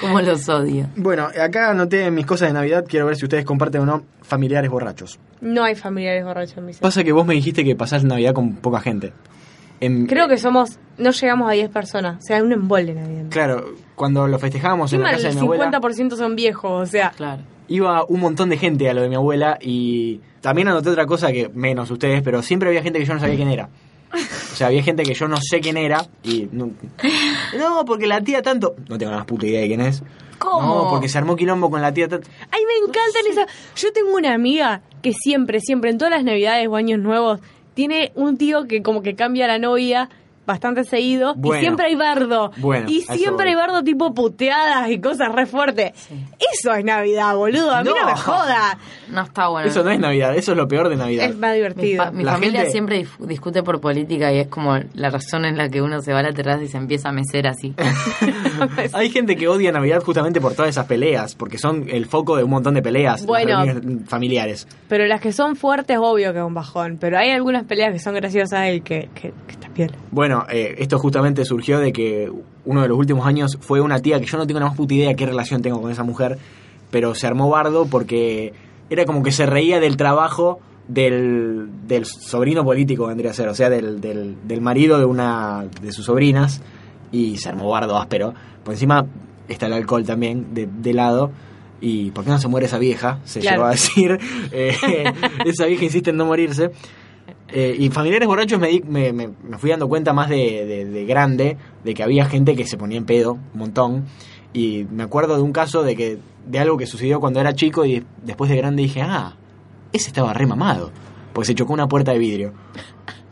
S4: Como los odio.
S5: Bueno, acá anoté mis cosas de Navidad. Quiero ver si ustedes comparten o no familiares borrachos.
S3: No hay familiares borrachos en mi casa.
S5: Pasa que vos me dijiste que pasás Navidad con poca gente. En-
S3: Creo que somos, no llegamos a 10 personas, o sea, es un embole Navidad.
S5: Claro, cuando lo festejábamos en
S3: Encima
S5: la
S3: el
S5: casa de mi abuela,
S3: 50% son viejos, o sea,
S4: Claro.
S5: iba un montón de gente a lo de mi abuela y también anoté otra cosa que menos ustedes, pero siempre había gente que yo no sabía quién era. O sea, había gente que yo no sé quién era y no, no porque la tía tanto, no tengo la más puta idea de quién es.
S4: ¿Cómo?
S5: No, porque se armó quilombo con la tía tanto.
S3: ay, me encantan esas. Yo tengo una amiga que siempre, siempre, en todas las navidades o años nuevos, tiene un tío que como que cambia la novia bastante seguido
S5: Bueno.
S3: y siempre hay bardo.
S5: Bueno, a
S3: y
S5: eso
S3: siempre
S5: voy.
S3: hay bardo tipo puteadas y cosas re fuertes. Eso es Navidad, boludo, a mí no,
S5: No.
S3: me joda.
S4: No está bueno.
S5: Eso no es Navidad, eso es lo peor de Navidad.
S3: Es más
S4: Mi,
S3: divertido.
S4: fa- mi
S5: La
S4: familia
S5: gente-
S4: siempre dif- discute por política y es como la razón en la que uno se va a la terraza y se empieza a mecer así.
S5: Hay gente que odia Navidad justamente por todas esas peleas, porque son el foco de un montón de peleas las
S3: Bueno.
S5: reuniones familiares.
S3: Pero las que son fuertes, obvio que es un bajón. Pero hay algunas peleas que son graciosas y que, que, que está piola.
S5: Bueno, eh, esto justamente surgió de que uno de los últimos años fue una tía que yo no tengo la más puta idea qué relación tengo con esa mujer, pero se armó bardo porque era como que se reía del trabajo del, del sobrino político, vendría a ser, o sea, del, del, del marido de una de sus sobrinas, y se armó bardo áspero. Por encima está el alcohol también de, de lado. ¿Y por qué no se muere esa vieja? Se
S3: Claro.
S5: llegó a decir. Eh, esa vieja insiste en no morirse. Eh, y familiares borrachos me, di- me, me- me fui dando cuenta más de, de- de grande de que había gente que se ponía en pedo un montón. Y me acuerdo de un caso de que de algo que sucedió cuando era chico y después de grande dije, ah, ese estaba re mamado. Porque se chocó una puerta de vidrio.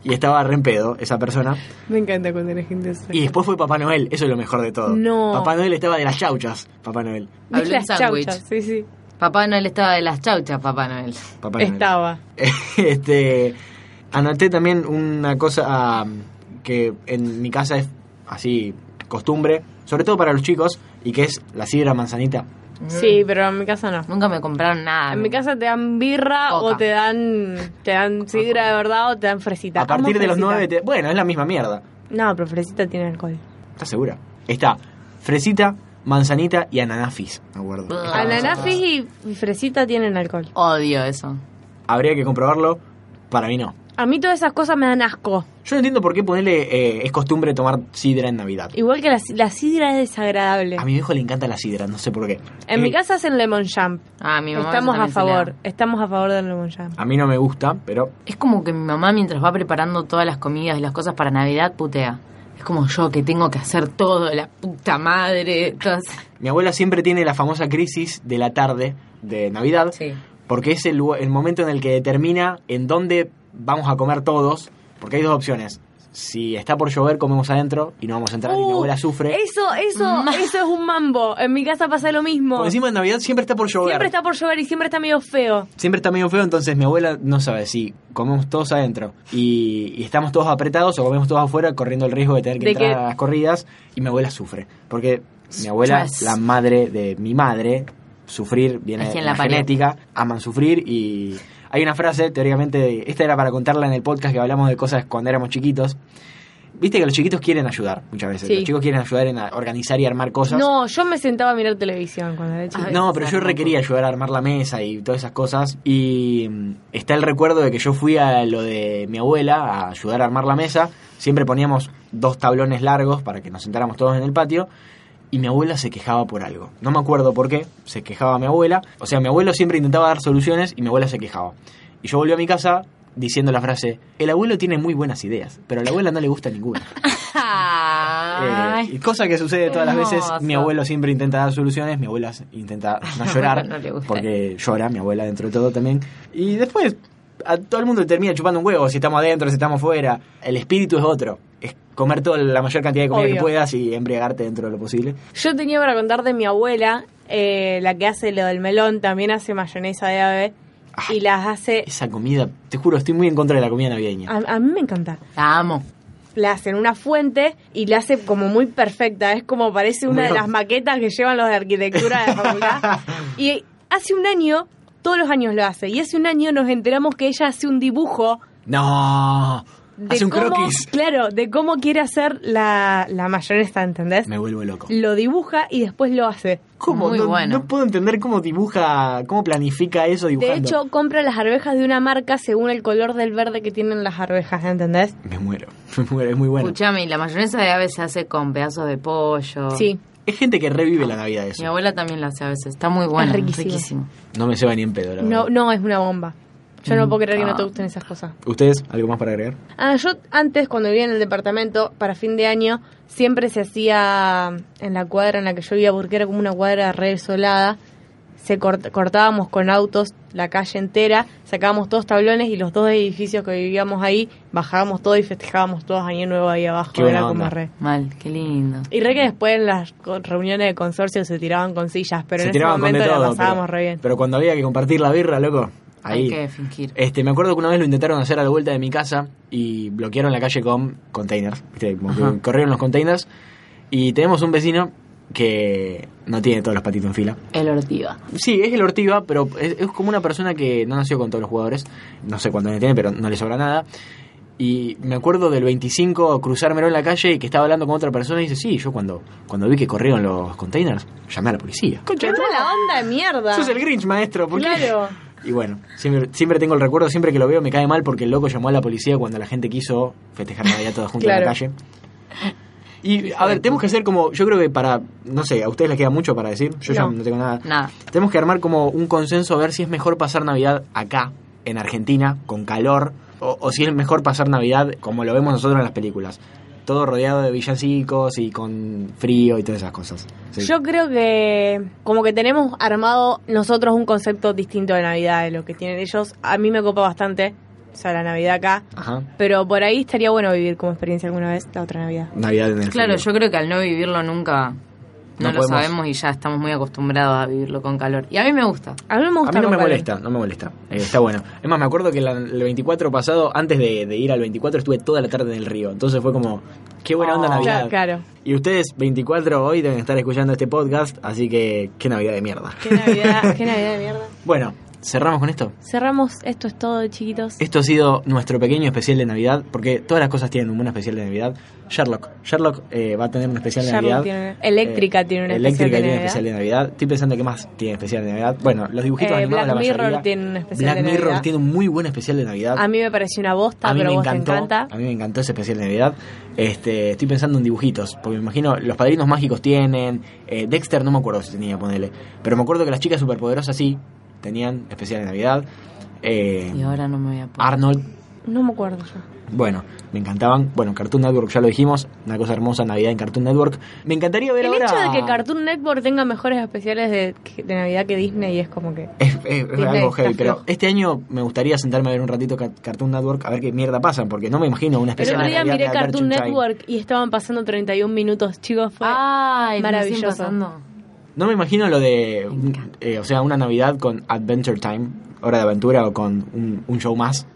S5: Y estaba re en pedo esa persona.
S3: Me encanta cuando la gente se...
S5: Y después fue Papá Noel, eso es lo mejor de todo.
S3: No.
S5: Papá Noel estaba de las chauchas, Papá Noel.
S3: ¿Viste
S4: Hablé
S3: las
S4: un sándwich.
S3: chauchas? Sí, sí.
S4: Papá Noel estaba de las chauchas, Papá Noel.
S5: Papá Noel.
S3: Estaba.
S5: este anoté también una cosa um, que en mi casa es así costumbre sobre todo para los chicos y que es la sidra manzanita
S3: Sí, pero en mi casa no.
S4: Nunca me compraron nada.
S3: En mi casa te dan birra
S4: Ah, Coca.
S3: o te dan te dan sidra de verdad o te dan fresita.
S5: a partir
S3: Amo
S5: de los
S3: fresita.
S5: nueve te- bueno es la misma mierda
S3: No, pero fresita tiene alcohol.
S5: estás segura está fresita manzanita y ananafis me acuerdo
S4: Ah.
S3: Ananafis y y fresita tienen alcohol.
S4: Odio eso.
S5: habría que comprobarlo para mí no
S3: A mí todas esas cosas me dan asco.
S5: yo no entiendo por qué ponerle eh, es costumbre tomar sidra en navidad
S3: Igual que la, la sidra es desagradable.
S5: a mi viejo le encanta la sidra no sé por qué
S3: En mi
S5: Eh,
S3: casa hacen lemon jump.
S4: Ah, mi mamá
S3: Estamos a
S4: también se le da.
S3: favor. Estamos a favor del lemon jump.
S5: a mí no me gusta pero
S4: Es como que mi mamá mientras va preparando todas las comidas y las cosas para Navidad putea. Es como yo que tengo que hacer todo, la puta madre. todas-
S5: Mi abuela siempre tiene la famosa crisis de la tarde de Navidad,
S4: Sí.
S5: porque es el, lu- el momento en el que determina en dónde vamos a comer todos, porque hay dos opciones. Si está por llover, comemos adentro y no vamos a entrar y mi
S3: Uh,
S5: abuela sufre.
S3: Eso, eso,
S4: Ma-
S3: eso es un mambo. En mi casa pasa lo mismo.
S5: Por encima de Navidad siempre está por llover.
S3: Siempre está por llover y siempre está medio feo.
S5: Siempre está medio feo, entonces mi abuela no sabe si comemos todos adentro y, y estamos todos apretados o comemos todos afuera corriendo el riesgo de tener que
S3: De
S5: entrar
S3: que-
S5: a las corridas y mi abuela sufre, porque mi abuela,
S3: pues.
S4: Stress.
S5: la madre de mi madre, sufrir viene
S4: Es
S5: de
S4: quien
S5: la
S4: la parió.
S5: genética, aman sufrir y hay una frase, teóricamente, esta era para contarla en el podcast que hablamos de cosas cuando éramos chiquitos. Viste que los chiquitos quieren ayudar muchas veces,
S3: Sí.
S5: los chicos quieren ayudar en a- organizar y armar cosas.
S3: No, yo me sentaba a mirar televisión cuando era chica.
S4: Ay,
S5: No, pero yo
S4: Exacto.
S5: requería ayudar a armar la mesa y todas esas cosas. Y mm, está el recuerdo de que yo fui a lo de mi abuela a ayudar a armar la mesa. Siempre poníamos dos tablones largos para que nos sentáramos todos en el patio. Y mi abuela se quejaba por algo. No me acuerdo por qué. Se quejaba mi abuela. O sea, mi abuelo siempre intentaba dar soluciones y mi abuela se quejaba. Y yo volví a mi casa diciendo la frase, el abuelo tiene muy buenas ideas, pero a la abuela no le gusta ninguna. Eh,
S4: Ay.
S5: y cosa que sucede todas las veces,
S4: Hermoso.
S5: mi abuelo siempre intenta dar soluciones, mi abuela s- intenta no llorar,
S4: No le gusta.
S5: porque llora mi abuela dentro de todo también. Y después a todo el mundo le termina chupando un huevo, si estamos adentro, si estamos fuera, el espíritu es otro. es comer toda la mayor cantidad de comida que
S3: Obvio.
S5: puedas y embriagarte dentro de lo posible.
S3: Yo tenía para contar de mi abuela, eh, la que hace lo del melón, también hace mayonesa de ave y las hace...
S5: Esa comida, te juro, estoy muy en contra de la comida navideña.
S4: Ah.
S3: A, a mí me encanta.
S4: La amo.
S3: La hace en una fuente y la hace como muy perfecta. Es como parece una de
S5: Bueno.
S3: las maquetas que llevan los de arquitectura de la facultad. Y hace un año, todos los años lo hace, y hace un año nos enteramos que ella hace un dibujo
S5: No,
S3: de
S5: hace un
S3: cómo,
S5: croquis.
S3: claro, de cómo quiere hacer la, la mayonesa, ¿entendés?
S5: Me vuelvo loco.
S3: Lo dibuja y después lo hace.
S5: ¿Cómo?
S4: Mm, Muy
S5: no,
S4: bueno.
S5: no puedo entender cómo dibuja, cómo planifica eso dibujando.
S3: De hecho, compra las arvejas de una marca según el color del verde que tienen las arvejas, ¿entendés?
S5: me muero, me muero, es muy bueno.
S4: Escuchame, la mayonesa de ave se hace con pedazos de pollo.
S5: Ah.
S3: Sí.
S5: Es gente que revive la Navidad
S4: Mi
S5: eso.
S4: abuela también la hace a veces. Está muy buena.
S3: Es riquísimo.
S4: riquísimo.
S5: No me va ni en pedo, la
S3: No,
S5: verdad.
S3: no, es una bomba. Yo
S5: Mm.
S3: no puedo creer que no
S4: Ah.
S3: te gusten esas cosas.
S5: ¿Ustedes algo más para agregar?
S3: Ah, yo antes, cuando vivía en el departamento, para fin de año, siempre se hacía en la cuadra en la que yo vivía, porque era como una cuadra re desolada. Se cort- cortábamos con autos la calle entera, sacábamos todos tablones y los dos edificios que vivíamos ahí, bajábamos todo y festejábamos todos Año Nuevo ahí abajo.
S5: Qué
S3: era
S5: buena
S3: como
S5: onda.
S3: re.
S4: Mal, qué lindo.
S3: Y re que después en las co- reuniones de consorcio se tiraban con sillas, pero
S5: Se
S3: en ese
S5: tiraban con
S3: momento
S5: de todo.
S3: la pasábamos
S5: pero,
S3: re bien.
S5: pero cuando había que compartir la birra, loco, ahí.
S4: Hay que fingir.
S5: Este, me acuerdo que una vez lo intentaron hacer a la vuelta de mi casa y bloquearon la calle con containers. ¿viste? Como que
S4: Ajá.
S5: corrieron los containers. Y tenemos un vecino que no tiene todos los patitos en fila.
S4: El ortiva.
S5: Sí, es el Ortiva, pero es, es como una persona que no nació con todos los jugadores. No sé cuánto le tiene, pero no le sobra nada. Y me acuerdo del 25 cruzármelo en la calle y que estaba hablando con otra persona y dice, sí, yo cuando, cuando vi que corrieron los containers, llamé a la policía.
S3: ¡Qué la onda de mierda!
S5: Sos el Grinch, maestro. ¿por qué?
S3: Claro.
S5: Y bueno, siempre, siempre tengo el recuerdo, siempre que lo veo me cae mal porque el loco llamó a la policía cuando la gente quiso festejar Navidad todos juntos en la
S3: Claro.
S5: calle. Y a ver, tenemos que hacer como, yo creo que para, no sé, a ustedes les queda mucho para decir, yo ya
S3: No.
S5: no tengo nada.
S4: Nada.
S5: Tenemos que armar como un consenso a ver si es mejor pasar Navidad acá, en Argentina, con calor, o, o si es mejor pasar Navidad como lo vemos nosotros en las películas. Todo rodeado de villancicos y con frío y todas esas cosas. Sí.
S3: Yo creo que como que tenemos armado nosotros un concepto distinto de Navidad de lo que tienen ellos. A mí me copa bastante, o sea, la Navidad acá.
S5: Ajá.
S3: Pero por ahí estaría bueno vivir como experiencia alguna vez la otra Navidad.
S5: Navidad en el
S4: Claro,
S5: frío.
S4: yo creo que al no vivirlo nunca,
S5: No
S4: no, lo
S5: podemos.
S4: sabemos y ya estamos muy acostumbrados a vivirlo con calor. Y a mí me gusta.
S3: A mí me gusta.
S5: A mí no me
S3: Papá Noel.
S5: molesta, no me molesta. Eh, está bueno. Es más, me acuerdo que la- el 24 pasado, antes de, de ir al 24, estuve toda la tarde en el río. Entonces fue como, qué buena onda
S4: Oh.
S5: Navidad.
S3: Claro, claro.
S5: Y ustedes, 24 hoy, deben estar escuchando este podcast, así que qué Navidad de mierda.
S3: Qué Navidad, qué Navidad de mierda.
S5: Bueno, cerramos con esto.
S3: Cerramos, esto es todo, chiquitos.
S5: Esto ha sido nuestro pequeño especial de Navidad, porque todas las cosas tienen un buen especial de Navidad. Sherlock. Sherlock eh, va a tener un especial de
S3: Sherlock
S5: Navidad. Eh,
S3: tiene- Eléctrica tiene un especial
S5: Eléctrica
S3: de
S5: tiene un
S3: Navidad.
S5: especial de Navidad. Estoy pensando que más tiene especial de Navidad. Bueno, los dibujitos
S3: Eh,
S5: animados,
S3: Black
S5: la mayoría.
S3: Mirror tiene un especial
S5: Black
S3: de
S5: Mirror
S3: Navidad.
S5: tiene un muy buen especial de Navidad.
S3: A mí me pareció una bosta,
S5: A mí
S3: pero a
S5: me
S3: vos
S5: encantó,
S3: te encanta.
S5: a mí me encantó ese especial de Navidad. Este, estoy pensando en dibujitos, porque me imagino los padrinos mágicos tienen, eh, Dexter no me acuerdo si tenía, ponele, pero me acuerdo que las chicas superpoderosas sí tenían especial de Navidad. Eh,
S4: Y ahora no me voy a poner.
S5: Arnold,
S3: No me acuerdo yo.
S5: bueno, me encantaban. Bueno, Cartoon Network, ya lo dijimos, una cosa hermosa, Navidad en Cartoon Network. Me encantaría ver
S3: El
S5: ahora.
S3: hecho de que Cartoon Network tenga mejores especiales de, de Navidad que Disney es como que...
S5: Es, es- es
S3: Disney
S5: algo
S3: está
S5: heavy, pero
S3: flojo.
S5: este año me gustaría sentarme a ver un ratito Ca- Cartoon Network a ver qué mierda pasan, porque no me imagino una
S3: El
S5: especial
S3: otro
S5: de
S3: día
S5: Navidad
S3: miré
S5: de Albert
S3: Cartoon
S5: Einstein.
S3: Network y estaban pasando 31 minutos, chicos, fue...
S4: Ay,
S3: Ah, Maravilloso.
S4: maravilloso. Pasando.
S5: No me imagino lo de,
S4: Me encanta.
S5: eh, o sea, una Navidad con Adventure Time, Hora de Aventura o con un, un show más.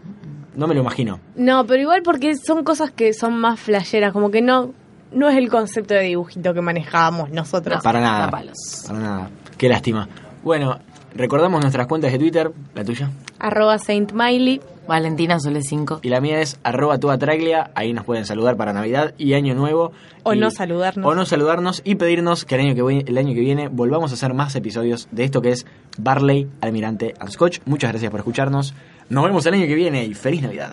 S5: No me lo imagino.
S3: No, pero igual porque son cosas que son más flasheras, como que no no es el concepto de dibujito que manejábamos nosotros.
S5: para nada.
S4: da palos.
S5: Para nada. Qué lástima. Bueno, recordamos nuestras cuentas de Twitter, la tuya.
S3: Arroba Saint Miley.
S4: Valentina Sole 5.
S5: Y la mía es arroba toda traglia. Ahí nos pueden saludar para Navidad y Año Nuevo.
S3: O
S5: Y-
S3: no saludarnos.
S5: O no saludarnos y pedirnos que el año que, vi- el año que viene volvamos a hacer más episodios de esto que es Barley, Almirante and Scotch. Muchas gracias por escucharnos. Nos vemos el año que viene y feliz Navidad.